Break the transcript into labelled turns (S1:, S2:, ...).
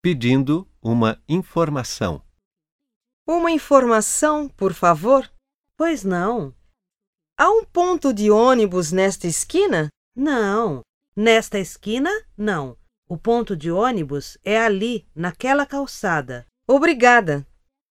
S1: pedindo uma informação.
S2: Uma informação, por favor? Pois não. Há um ponto de ônibus nesta esquina?
S3: Não, nesta esquina, não. O ponto de ônibus é ali, naquela calçada.
S2: Obrigada.